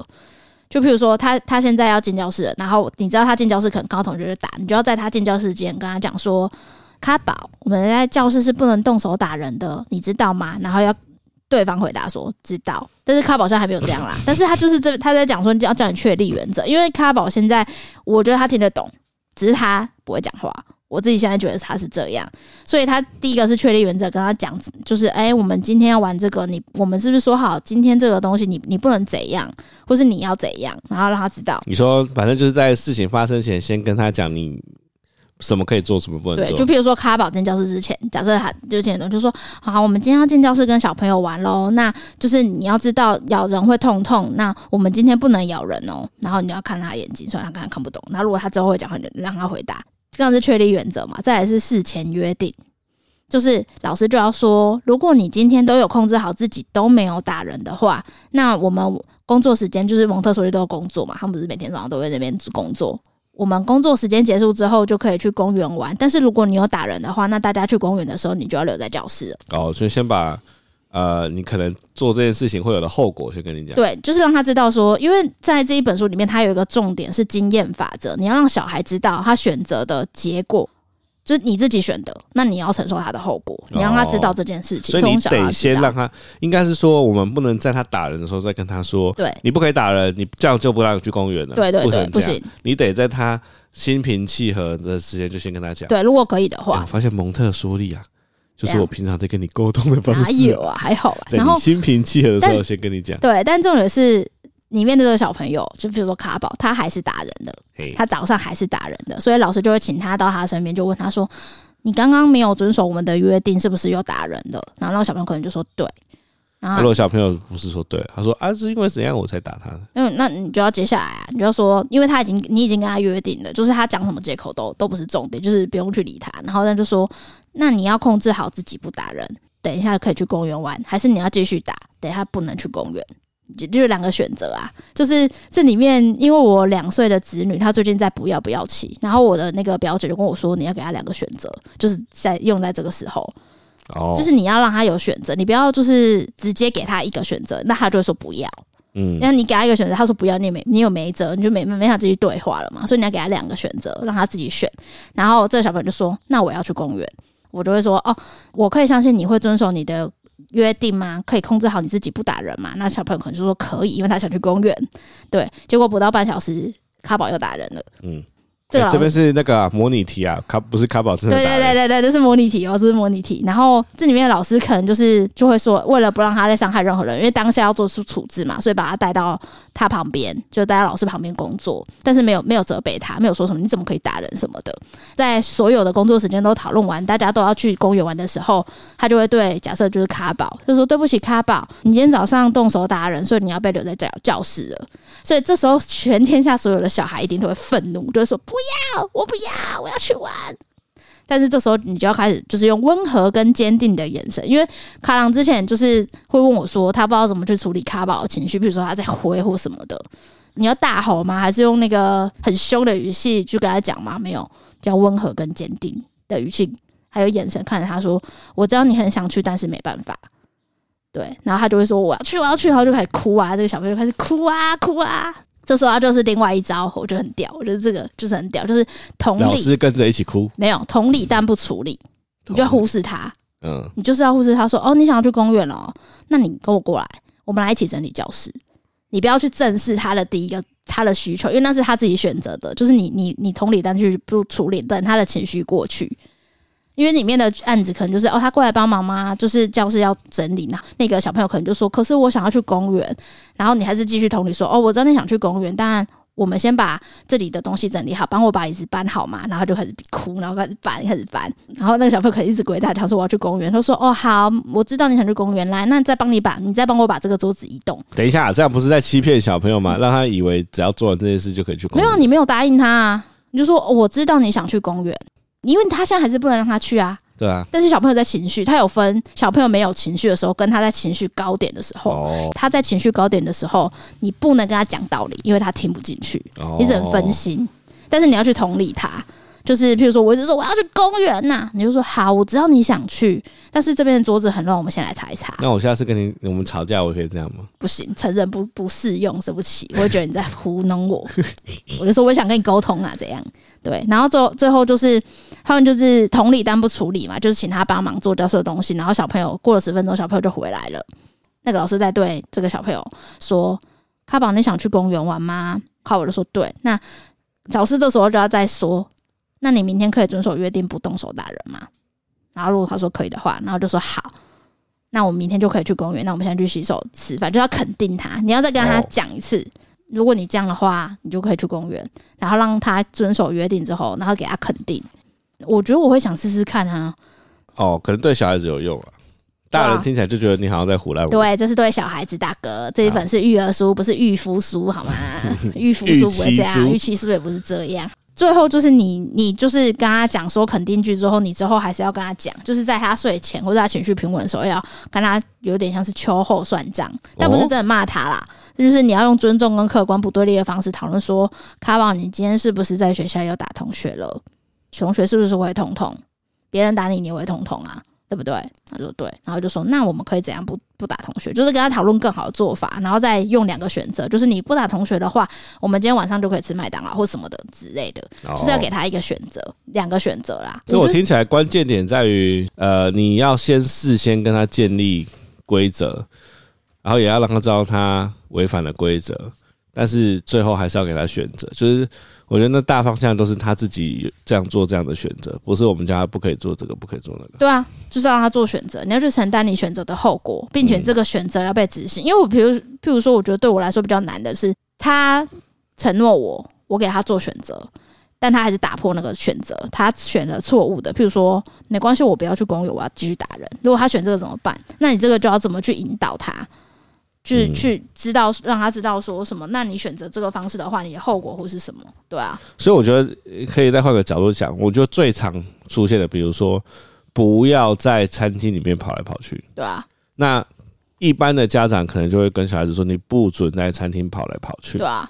[SPEAKER 2] 就譬如说他他现在要进教室了，然后你知道他进教室可能高同学就打，你就要在他进教室之前跟他讲说，卡宝，我们在教室是不能动手打人的，你知道吗？然后要对方回答说知道，但是卡宝现在还没有这样啦， [laughs] 但是他就是这他在讲说要叫你确立原则，因为卡宝现在我觉得他听得懂，只是他不会讲话。我自己现在觉得他是这样，所以他第一个是确立原则，跟他讲就是，哎、我们今天要玩这个，你我们是不是说好今天这个东西你你不能怎样，或是你要怎样，然后让他知道，
[SPEAKER 1] 你说，反正就是在事情发生前，先跟他讲你什么可以做，什么不能
[SPEAKER 2] 对，就
[SPEAKER 1] 做。
[SPEAKER 2] 譬如说卡宝进教室之前，假设他就前头就说，好，我们今天要进教室跟小朋友玩喽，那就是你要知道咬人会痛痛，那我们今天不能咬人哦，然后你要看他眼睛，虽然他刚才看不懂，那如果他之后会讲话，你就让他回答，这样是确立原则嘛，再来是事前约定。就是老师就要说，如果你今天都有控制好自己，都没有打人的话，那我们工作时间就是蒙特梭利都有工作嘛，他们不是每天早上都会在那边工作，我们工作时间结束之后就可以去公园玩，但是如果你有打人的话，那大家去公园的时候你就要留在教室了。
[SPEAKER 1] 哦，所以先把呃，你可能做这件事情会有的后果，先跟你讲。
[SPEAKER 2] 对，就是让他知道说，因为在这一本书里面，它有一个重点是经验法则，你要让小孩知道他选择的结果。就是你自己选的，那你要承受他的后果，你要让他知道这件事情。
[SPEAKER 1] 哦所以你
[SPEAKER 2] 从小要
[SPEAKER 1] 得
[SPEAKER 2] 知
[SPEAKER 1] 先
[SPEAKER 2] 道
[SPEAKER 1] 让他，应该是说，我们不能在他打人的时候再跟他说，
[SPEAKER 2] 对
[SPEAKER 1] 你不可以打人，你这样就不让你去公园了。
[SPEAKER 2] 对对
[SPEAKER 1] 不
[SPEAKER 2] 对，
[SPEAKER 1] 能
[SPEAKER 2] 不
[SPEAKER 1] 这样
[SPEAKER 2] 行，
[SPEAKER 1] 你得在他心平气和的时间就先跟他讲。
[SPEAKER 2] 对，如果可以的
[SPEAKER 1] 哎
[SPEAKER 2] 话
[SPEAKER 1] 我， [laughs] 发现蒙特梭利啊，就
[SPEAKER 2] 怎
[SPEAKER 1] 是
[SPEAKER 2] 样
[SPEAKER 1] 我平常在跟你沟通的方
[SPEAKER 2] 哪
[SPEAKER 1] 式
[SPEAKER 2] 有，啊？还好吧。
[SPEAKER 1] 在
[SPEAKER 2] 然
[SPEAKER 1] 你
[SPEAKER 2] 后
[SPEAKER 1] 心平气和的时候
[SPEAKER 2] 但
[SPEAKER 1] 先跟你讲。
[SPEAKER 2] 对，但重点是里面的这个小朋友，就比如说卡宝，他还是打人的，
[SPEAKER 1] 嘿，
[SPEAKER 2] 他早上还是打人的，所以老师就会请他到他身边，就问他说：“你刚刚没有遵守我们的约定，是不是又打人了？”然后那个小朋友可能就说：“对。”然
[SPEAKER 1] 那如
[SPEAKER 2] 后，
[SPEAKER 1] 果小朋友不是说对，他说啊是因为怎样我才打他的，
[SPEAKER 2] 嗯，那你就要接下来啊，你就要说，因为他已经你已经跟他约定了，就是他讲什么借口都都不是重点，就是不用去理他。然后那就说：“那你要控制好自己不打人，等一下可以去公园玩，还是你要继续打？等一下不能去公园。”就就是两个选择啊，就是这里面，因为我两岁的子女，他最近在不要不要期，然后我的那个表姐就跟我说，你要给他两个选择，就是在用在这个时候，
[SPEAKER 1] 哦，
[SPEAKER 2] 就是你要让他有选择，你不要就是直接给他一个选择，那他就会说不要。
[SPEAKER 1] 嗯，
[SPEAKER 2] 那你给他一个选择，他说不要，你也没你有没辙，你就没没法自己对话了嘛。所以你要给他两个选择，让他自己选。然后这个小朋友就说：“那我要去公园。”我就会说：“哦，我可以相信你会遵守你的约定吗？可以控制好你自己不打人吗？”那小朋友可能就说：“可以，因为他想去公园。”对，结果不到半小时，卡宝又打人了。
[SPEAKER 1] 嗯，
[SPEAKER 2] 这个
[SPEAKER 1] 哎
[SPEAKER 2] 老
[SPEAKER 1] 这
[SPEAKER 2] 师
[SPEAKER 1] 边是那个啊模拟题啊，卡不是卡宝真的
[SPEAKER 2] 对
[SPEAKER 1] 打
[SPEAKER 2] 对
[SPEAKER 1] 人
[SPEAKER 2] 对对对，这是模拟题哦，这是模拟题。然后这里面的老师可能就是就会说，为了不让他再伤害任何人，因为当下要做出处置嘛，所以把他带到他旁边，就带到老师旁边工作，但是没有没有责备他，没有说什么你怎么可以打人什么的。在所有的工作时间都讨论完，大家都要去公园玩的时候，他就会对假设就是卡宝，就说对不起卡宝，你今天早上动手打人，所以你要被留在教教室了。所以这时候全天下所有的小孩一定都会愤怒，就会说不要，我不要，我要去玩。但是这时候你就要开始，就是用温和跟坚定的眼神，因为卡郎之前就是会问我说，他不知道怎么去处理卡宝的情绪，比如说他在挥或什么的，你要大吼吗？还是用那个很凶的语气去跟他讲吗？没有，比较温和跟坚定的语气，还有眼神看着他说，我知道你很想去，但是没办法。对，然后他就会说我要去，我要去，然后就开始哭啊，这个小朋友就开始哭啊哭啊。这时候他就是另外一招，我觉得很屌，我觉得这个就是很屌，就是同
[SPEAKER 1] 老
[SPEAKER 2] 理
[SPEAKER 1] 师跟着一起哭，
[SPEAKER 2] 没有同理，但不处理，你就要忽视他，
[SPEAKER 1] 嗯，
[SPEAKER 2] 你就是要忽视他说：“哦，你想要去公园哦，那你跟我过来，我们来一起整理教室。”你不要去正视他的第一个他的需求，因为那是他自己选择的，就是你你你同理，但去不处理，等他的情绪过去。因为里面的案子可能就是哦，他过来帮忙吗？就是教室要整理呢，那个小朋友可能就说：“可是我想要去公园。”然后你还是继续同理说：“哦，我知道你想去公园，但我们先把这里的东西整理好，帮我把椅子搬好嘛。”然后他就开始哭，然后开始 [laughs] 搬，开始搬。然后那个小朋友可能一直鬼打墙说：“我要去公园。”他说：“哦，好，我知道你想去公园，来，那再帮你把，你再帮我把这个桌子移动。”
[SPEAKER 1] 等一下，这样不是在欺骗小朋友吗？让他以为只要做完这件事就可以去公
[SPEAKER 2] 没
[SPEAKER 1] 园。
[SPEAKER 2] 有，你没有答应他啊，你就说、哦我知道你想去公园，因为他现在还是不能让他去啊。
[SPEAKER 1] 对啊，
[SPEAKER 2] 但是小朋友在情绪，他有分小朋友没有情绪的时候，跟他在情绪高点的时候。
[SPEAKER 1] 哦
[SPEAKER 2] 他在情绪高点的时候，你不能跟他讲道理，因为他听不进去，
[SPEAKER 1] 哦，
[SPEAKER 2] 你只能分心。但是你要去同理他，就是譬如说，我一直说啊我要去公园呐、你就说好，我知道你想去，但是这边的桌子很乱，我们先来查一查。
[SPEAKER 1] 哦那我下次跟你我们吵架，我可以这样吗？
[SPEAKER 2] 不行，成人不不适用，对不起，我会觉得你在糊弄我。我就说我想跟你沟通啊，怎样？对，然后最后最后就是他们就是同理但不处理嘛，就是请他帮忙做教授的东西，然后小朋友过了十分钟，小朋友就回来了。那个老师在对这个小朋友说：“卡宝，你想去公园玩吗？”卡宝就说：“对。”那老师这时候就要再说：“那你明天可以遵守约定，不动手打人吗？”然后如果他说可以的话，然后就说好。那我们明天就可以去公园。那我们现在去洗手吃饭，就要肯定他。你要再跟他
[SPEAKER 1] 哦
[SPEAKER 2] 讲一次，如果你这样的话，你就可以去公园。然后让他遵守约定之后，然后给他肯定。我觉得我会想试试看啊。
[SPEAKER 1] 哦，可能对小孩子有用啊，
[SPEAKER 2] 对啊
[SPEAKER 1] 大人听起来就觉得你好像在胡乱我。
[SPEAKER 2] 对，这是对小孩子大哥，这一本是育儿书，不是育夫书，好吗？育夫书不会这样，
[SPEAKER 1] 预期书
[SPEAKER 2] 预期书也不是这样。最后就是你，你就是跟他讲说肯定句之后，你之后还是要跟他讲，就是在他睡前或者他情绪平稳的时候，要跟他有点像是秋后算账，但不
[SPEAKER 1] 哦
[SPEAKER 2] 是真的骂他啦，就是你要用尊重跟客观不对立的方式讨论说，卡宝，你今天是不是在学校又打同学了？同学是不是会痛痛？别人打你，你也会痛痛啊，对不对？他说对，然后就说那我们可以怎样不不打同学，就是跟他讨论更好的做法，然后再用两个选择，就是你不打同学的话，我们今天晚上就可以吃麦当劳或什么的之类的，
[SPEAKER 1] 哦
[SPEAKER 2] 就是要给他一个选择，两个选择啦。
[SPEAKER 1] 所以我
[SPEAKER 2] 就
[SPEAKER 1] 听起来关键点在于，呃，你要先事先跟他建立规则，然后也要让他知道他违反了规则，但是最后还是要给他选择。就是我觉得那大方向都是他自己这样做这样的选择，不是我们叫他不可以做这个，不可以做那个。
[SPEAKER 2] 对啊，就是让他做选择，你要去承担你选择的后果，并且这个选择要被执行。因为我比如，譬如说，我觉得对我来说比较难的是，他承诺我，我给他做选择，但他还是打破那个选择，他选了错误的。譬如说，没关系，我不要去公园，我要继续打人。如果他选这个怎么办？那你这个就要怎么去引导他？去
[SPEAKER 1] 嗯
[SPEAKER 2] 去知道，让他知道说什么？那你选择这个方式的话，你的后果会是什么？对啊，
[SPEAKER 1] 所以我觉得呃可以再换个角度讲，我觉得最常出现的，比如说不要在餐厅里面跑来跑去。
[SPEAKER 2] 对啊，
[SPEAKER 1] 那一般的家长可能就会跟小孩子说，你不准在餐厅跑来跑去
[SPEAKER 2] 对，啊，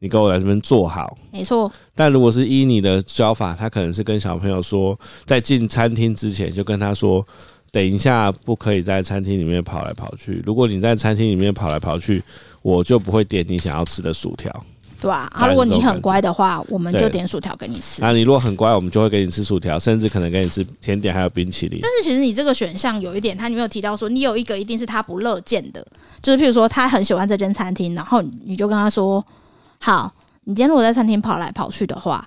[SPEAKER 1] 你给我来这边坐好。
[SPEAKER 2] 没错，
[SPEAKER 1] 但如果是依你的教法，他可能是跟小朋友说，在进餐厅之前就跟他说，等一下不可以在餐厅里面跑来跑去。如果你在餐厅里面跑来跑去，我就不会点你想要吃的薯条。
[SPEAKER 2] 对啊。
[SPEAKER 1] 大概
[SPEAKER 2] 啊，
[SPEAKER 1] 是
[SPEAKER 2] 如果你
[SPEAKER 1] 这种感
[SPEAKER 2] 很
[SPEAKER 1] 觉
[SPEAKER 2] 乖的话，我们就
[SPEAKER 1] 对
[SPEAKER 2] 点薯条给你吃。
[SPEAKER 1] 那你如果很乖，我们就会给你吃薯条，甚至可能给你吃甜点还有冰淇淋。
[SPEAKER 2] 但是其实你这个选项有一点，他没有提到说，你有一个一定是他不乐见的，就是譬如说他很喜欢这间餐厅，然后你你就跟他说，好，你今天如果在餐厅跑来跑去的话，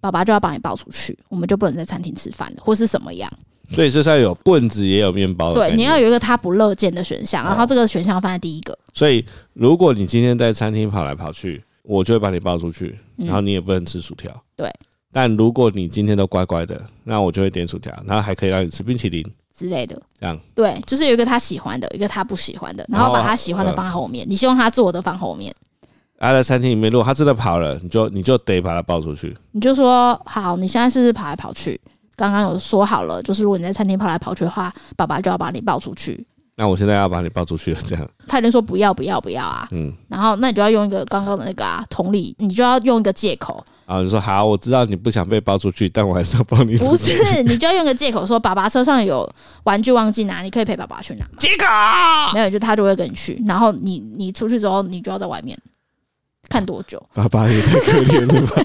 [SPEAKER 2] 爸爸就要把你抱出去，我们就不能在餐厅吃饭了，或是什么样。
[SPEAKER 1] 所以就是要有棍子也有面包的概
[SPEAKER 2] 对，
[SPEAKER 1] 念。
[SPEAKER 2] 你要有一个他不乐见的选项，
[SPEAKER 1] 哦
[SPEAKER 2] 然后这个选项放在第一个。
[SPEAKER 1] 所以如果你今天在餐厅跑来跑去，我就会把你抱出去，
[SPEAKER 2] 嗯
[SPEAKER 1] 然后你也不能吃薯条。
[SPEAKER 2] 对。
[SPEAKER 1] 但如果你今天都乖乖的，那我就会点薯条，然后还可以让你吃冰淇淋。
[SPEAKER 2] 之类的，
[SPEAKER 1] 这样
[SPEAKER 2] 对，就是有一个他喜欢的，一个他不喜欢的，然后
[SPEAKER 1] 然后
[SPEAKER 2] 把他喜欢的
[SPEAKER 1] 呃
[SPEAKER 2] 放在后面，你希望他做的放后面，
[SPEAKER 1] 啊，在餐厅里面，如果他真的跑了，你就你就得把他抱出去。
[SPEAKER 2] 你就说好，你现在是不是跑来跑去？刚刚有说好了，就是如果你在餐厅跑来跑去的话，爸爸就要把你抱出去。
[SPEAKER 1] 那我现在要把你抱出去了，这样，
[SPEAKER 2] 他已经说不要不要不要啊，
[SPEAKER 1] 嗯，
[SPEAKER 2] 然后那你就要用一个刚刚的那个啊同理，你就要用一个借
[SPEAKER 1] [laughs]
[SPEAKER 2] 口，
[SPEAKER 1] 然后就说好，啊我知道你不想被抱出去，但我还是要抱你
[SPEAKER 2] 不
[SPEAKER 1] 出去。
[SPEAKER 2] 是，你就要用一个借口说爸爸车上有玩具忘记拿，你可以陪爸爸去 [laughs] 拿吗。
[SPEAKER 1] 结果啊
[SPEAKER 2] 没有，就他就会跟你去，然后你你出去之后，你就要在外面看多
[SPEAKER 1] [laughs]
[SPEAKER 2] 久。
[SPEAKER 1] 爸爸也太可怜了吧，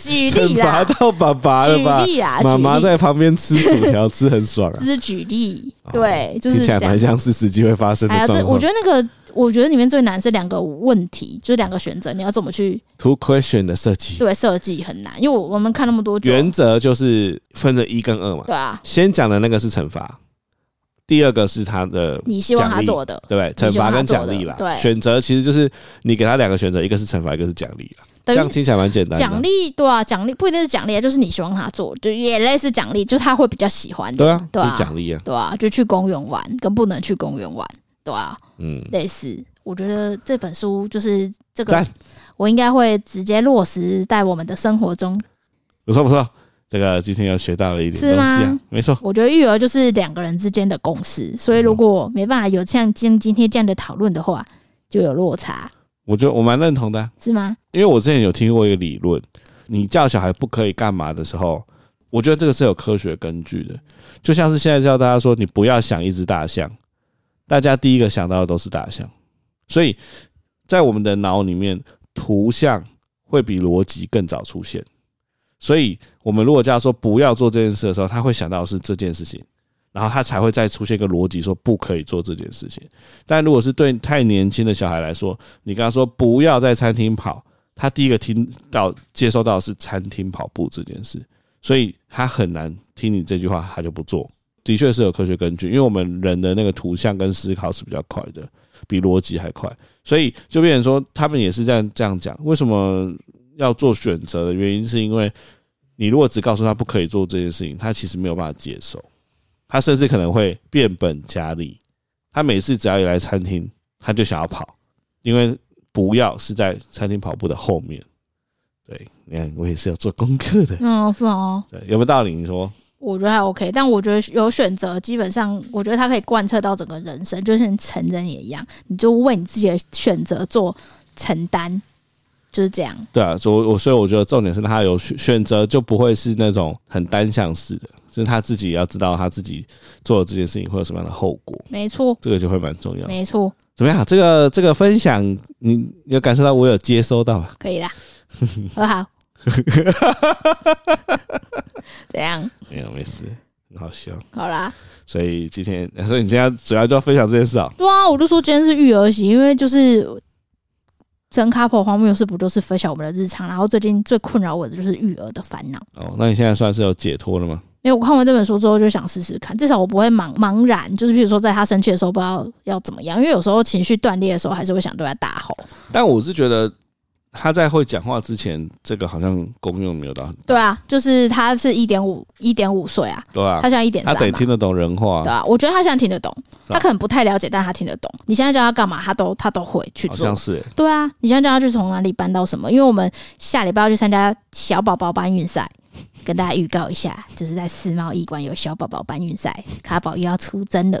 [SPEAKER 2] 举例
[SPEAKER 1] 惩罚
[SPEAKER 2] 啦，
[SPEAKER 1] 到爸爸
[SPEAKER 2] 举
[SPEAKER 1] 了吧？
[SPEAKER 2] 例啊
[SPEAKER 1] [laughs] 妈
[SPEAKER 2] 啦，
[SPEAKER 1] 妈
[SPEAKER 2] 举例
[SPEAKER 1] 在旁边吃薯条，吃很爽啊
[SPEAKER 2] 这，是举例
[SPEAKER 1] 哦，
[SPEAKER 2] 对，就
[SPEAKER 1] 听
[SPEAKER 2] 是
[SPEAKER 1] 起
[SPEAKER 2] 这
[SPEAKER 1] 来
[SPEAKER 2] 样
[SPEAKER 1] 蛮。像是实际会发生
[SPEAKER 2] 哎
[SPEAKER 1] 的
[SPEAKER 2] 呀，
[SPEAKER 1] 状
[SPEAKER 2] 这我
[SPEAKER 1] 况
[SPEAKER 2] 觉。得那个，我觉得里面最难是两个问题，就是两个选择，你要怎么去
[SPEAKER 1] Two question 的设计
[SPEAKER 2] 对设计很难，因为我我们看那么多剧，
[SPEAKER 1] 原则就是分成一跟二嘛。
[SPEAKER 2] 对啊，
[SPEAKER 1] 先讲的那个是惩罚，第二个是他的
[SPEAKER 2] 你希望他做的
[SPEAKER 1] 对不对？
[SPEAKER 2] 你
[SPEAKER 1] 惩
[SPEAKER 2] 希望
[SPEAKER 1] 罚
[SPEAKER 2] 他
[SPEAKER 1] 跟
[SPEAKER 2] 做
[SPEAKER 1] 奖励
[SPEAKER 2] 的
[SPEAKER 1] 啦。
[SPEAKER 2] 对
[SPEAKER 1] 选择其实就是你给他两个选择，一个是惩罚，一个是奖励啦。这
[SPEAKER 2] 等
[SPEAKER 1] 样
[SPEAKER 2] 于
[SPEAKER 1] 听起来蛮简单的。
[SPEAKER 2] 奖励，对啊，奖励不一定是奖励，就是你希望他做，就也类似奖励，就是他会比较喜欢的，
[SPEAKER 1] 对啊，
[SPEAKER 2] 对
[SPEAKER 1] 就
[SPEAKER 2] 啊
[SPEAKER 1] 是奖励啊。
[SPEAKER 2] 对啊，就去公园玩跟不能去公园玩，对啊，
[SPEAKER 1] 嗯，
[SPEAKER 2] 类似。我觉得这本书就是这个
[SPEAKER 1] 赞，
[SPEAKER 2] 我应该会直接落实在我们的生活中。
[SPEAKER 1] 不错不错，这个今天又学到了一点
[SPEAKER 2] 是
[SPEAKER 1] 东西
[SPEAKER 2] 吗
[SPEAKER 1] 啊，没错。
[SPEAKER 2] 我觉得育儿就是两个人之间的共识，所以如果没办法有像今今天这样的讨论的话，就有落差，
[SPEAKER 1] 我觉得我蛮认同的啊、
[SPEAKER 2] 是吗？
[SPEAKER 1] 因为我之前有听过一个理论，你叫小孩不可以干嘛的时候，我觉得这个是有科学根据的。就像是现在叫大家说你不要想一只大象，大家第一个想到的都是大象，所以在我们的脑里面，图像会比逻辑更早出现。所以，我们如果叫他说不要做这件事的时候，他会想到的是这件事情，然后他才会再出现一个逻辑说不可以做这件事情。但如果是对太年轻的小孩来说，你跟他说不要在餐厅跑，他第一个听到、接收到的是餐厅跑步这件事，所以他很难听你这句话，他就不做。的确是有科学根据，因为我们人的那个图像跟思考是比较快的，比逻辑还快，所以就变成说他们也是这样这样讲。为什么要做选择的原因，是因为你如果只告诉他不可以做这件事情，他其实没有办法接受，他甚至可能会变本加厉。他每次只要一来餐厅，他就想要跑，因为不要是在餐厅跑步的后面。对，你看我也是有做功课的，
[SPEAKER 2] 嗯，是哦，
[SPEAKER 1] 对，有没有道理？你说，
[SPEAKER 2] 我觉得还 OK，但我觉得有选择，基本上我觉得它可以贯彻到整个人生，就像成人也一样，你就为你自己的选择做承担，就是这样。
[SPEAKER 1] 对啊，所以我我所以我觉得重点是他有选选择，就不会是那种很单向式的，就是他自己也要知道他自己做的这件事情会有什么样的后果，
[SPEAKER 2] 没错，
[SPEAKER 1] 这个就会蛮重要的。
[SPEAKER 2] 没错，
[SPEAKER 1] 怎么样？这个这个分享，你有感受到我有接收到吧？
[SPEAKER 2] 可以啦，很好。 [laughs] 怎样？
[SPEAKER 1] 没有，没事，很好笑。
[SPEAKER 2] 好啦，
[SPEAKER 1] 所以今天，所以你今天主要就要分享这件事啊、
[SPEAKER 2] 对啊，我就说今天是育儿席，因为就是真 couple 荒谬事不就是分享我们的日常，然后最近最困扰我的就是育儿的烦恼。
[SPEAKER 1] 哦，那你现在算是有解脱了吗？
[SPEAKER 2] 因为我看完这本书之后就想试试看，至少我不会茫茫然，就是比如说在他生气的时候不知道要怎么样，因为有时候情绪断裂的时候还是会想对他啊大吼。
[SPEAKER 1] 但我是觉得他在会讲话之前，这个好像功用没有到很
[SPEAKER 2] 对啊，就是他是一点五一点五岁啊，
[SPEAKER 1] 对啊
[SPEAKER 2] 他，现在一点
[SPEAKER 1] 他
[SPEAKER 2] 三
[SPEAKER 1] 得
[SPEAKER 2] 嘛，
[SPEAKER 1] 听得懂人话
[SPEAKER 2] 对，啊，我觉得他现在听得懂，
[SPEAKER 1] 是啊
[SPEAKER 2] 他可能不太了解，但他听得懂。你现在叫他干嘛，他都他都会去
[SPEAKER 1] 好
[SPEAKER 2] 做
[SPEAKER 1] 像。是、欸。
[SPEAKER 2] 对啊，你现在叫他去从哪里搬到什么？因为我们下礼拜要去参加小宝宝搬运赛，跟大家预告一下，就是在世贸艺馆有小宝宝搬运赛，卡宝又要出征了，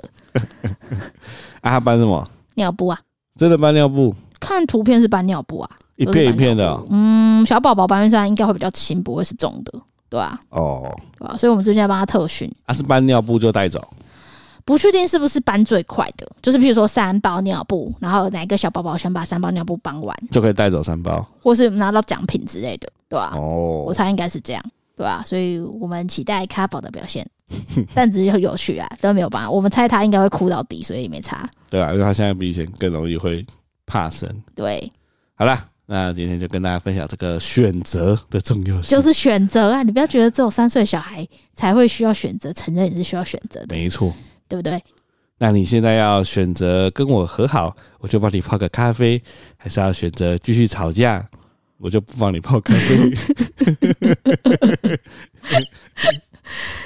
[SPEAKER 1] 啊，他搬什么？
[SPEAKER 2] 尿布啊。
[SPEAKER 1] 真的搬尿布，
[SPEAKER 2] 看图片是搬尿布啊，
[SPEAKER 1] 一
[SPEAKER 2] 都是
[SPEAKER 1] 片一
[SPEAKER 2] 搬尿
[SPEAKER 1] 片的哦
[SPEAKER 2] 布嗯，小宝宝搬运上应该会比较轻，不会是重的，对啊，
[SPEAKER 1] 哦。
[SPEAKER 2] 对啊，所以我们最近在帮他特训，
[SPEAKER 1] 他、是搬尿布就带走，
[SPEAKER 2] 不确定是不是搬最快的，就是譬如说三包尿布，然后哪一个小宝宝先把三包尿布搬完，
[SPEAKER 1] 就可以带走三包
[SPEAKER 2] 或是拿到奖品之类的，对啊，
[SPEAKER 1] 哦
[SPEAKER 2] 我。猜应该是这样，对啊，所以我们期待卡宝的表现， [laughs] 但只是很有趣啊，都没有办法，我们猜他应该会哭到底，所以没差，
[SPEAKER 1] 对啊，因为他现在比以前更容易会怕生。
[SPEAKER 2] 对，
[SPEAKER 1] 好啦，那今天就跟大家分享这个选择的重要性。
[SPEAKER 2] 就是选择啊，你不要觉得只有三岁小孩才会需要选择，成人也是需要选择的，
[SPEAKER 1] 没错。
[SPEAKER 2] 对不对？
[SPEAKER 1] 那你现在要选择跟我和好，我就帮你泡个咖啡；还是要选择继续吵架，我就不帮你泡咖
[SPEAKER 2] [laughs]
[SPEAKER 1] 啡。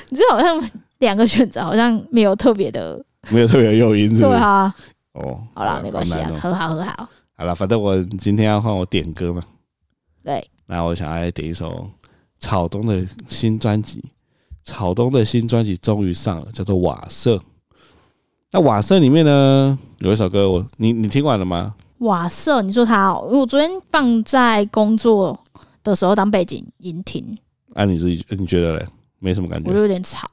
[SPEAKER 2] 你这好像两个选择好像没有特别的，
[SPEAKER 1] 没有特别的诱因，是
[SPEAKER 2] 对
[SPEAKER 1] 不是？
[SPEAKER 2] 啊，
[SPEAKER 1] 哦，
[SPEAKER 2] 好啦，没关系啊
[SPEAKER 1] 好难，哦
[SPEAKER 2] 和好和好，
[SPEAKER 1] 好了，反正我今天要换我点歌嘛，
[SPEAKER 2] 对，
[SPEAKER 1] 那我想要来点一首草东的新专辑。草东的新专辑终于上了，叫做《瓦舍》。那《瓦舍》里面呢，有一首歌我，你你听完了吗？
[SPEAKER 2] 瓦舍，你说他哦，因为我昨天放在工作的时候当背景音听，
[SPEAKER 1] 啊，你自己你觉得嘞？没什么感
[SPEAKER 2] 我就
[SPEAKER 1] 觉，
[SPEAKER 2] 有点吵，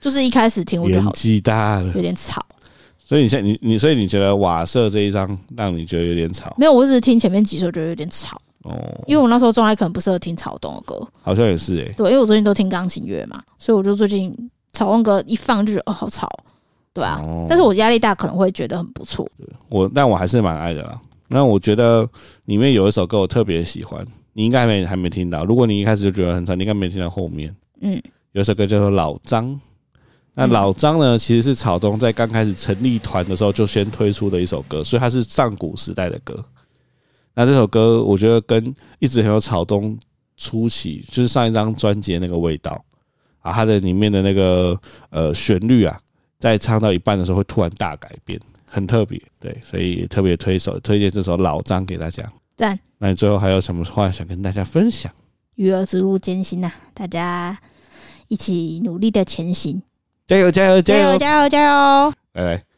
[SPEAKER 2] 就是一开始听我觉得
[SPEAKER 1] 年
[SPEAKER 2] 好
[SPEAKER 1] 纪大了，
[SPEAKER 2] 有点吵，
[SPEAKER 1] 所以你现在你你所以你觉得瓦舍这一张让你觉得有点吵
[SPEAKER 2] 没有，我只是听前面几首觉得有点吵，
[SPEAKER 1] 哦，
[SPEAKER 2] 因为我那时候状态可能不适合听草动的歌，
[SPEAKER 1] 好像也是诶、
[SPEAKER 2] 对，因为我最近都听钢琴乐嘛，所以我就最近草动歌一放就觉得哦好吵，对啊，
[SPEAKER 1] 哦
[SPEAKER 2] 但是我压力大可能会觉得很不错，
[SPEAKER 1] 我但我还是蛮爱的啦。那我觉得里面有一首歌我特别喜欢，你应该还没还没听到。如果你一开始就觉得很吵，你应该没听到后面
[SPEAKER 2] 嗯，
[SPEAKER 1] 有一首歌叫做《老张》。那
[SPEAKER 2] 嗯
[SPEAKER 1] 老张呢，其实是草东在刚开始成立团的时候就先推出的一首歌，所以它是上古时代的歌。那这首歌我觉得跟一直很有草东初期，就是上一张专辑的那个味道啊，它的里面的那个呃旋律啊，在唱到一半的时候会突然大改变，很特别。对，所以特别推首推荐这首老张给大家。
[SPEAKER 2] 赞。
[SPEAKER 1] 那你最后还有什么话想跟大家分享？
[SPEAKER 2] 育儿之路艰辛呐、大家一起努力的前行，
[SPEAKER 1] 加油加油加油！
[SPEAKER 2] 加油加油！加油
[SPEAKER 1] 拜拜。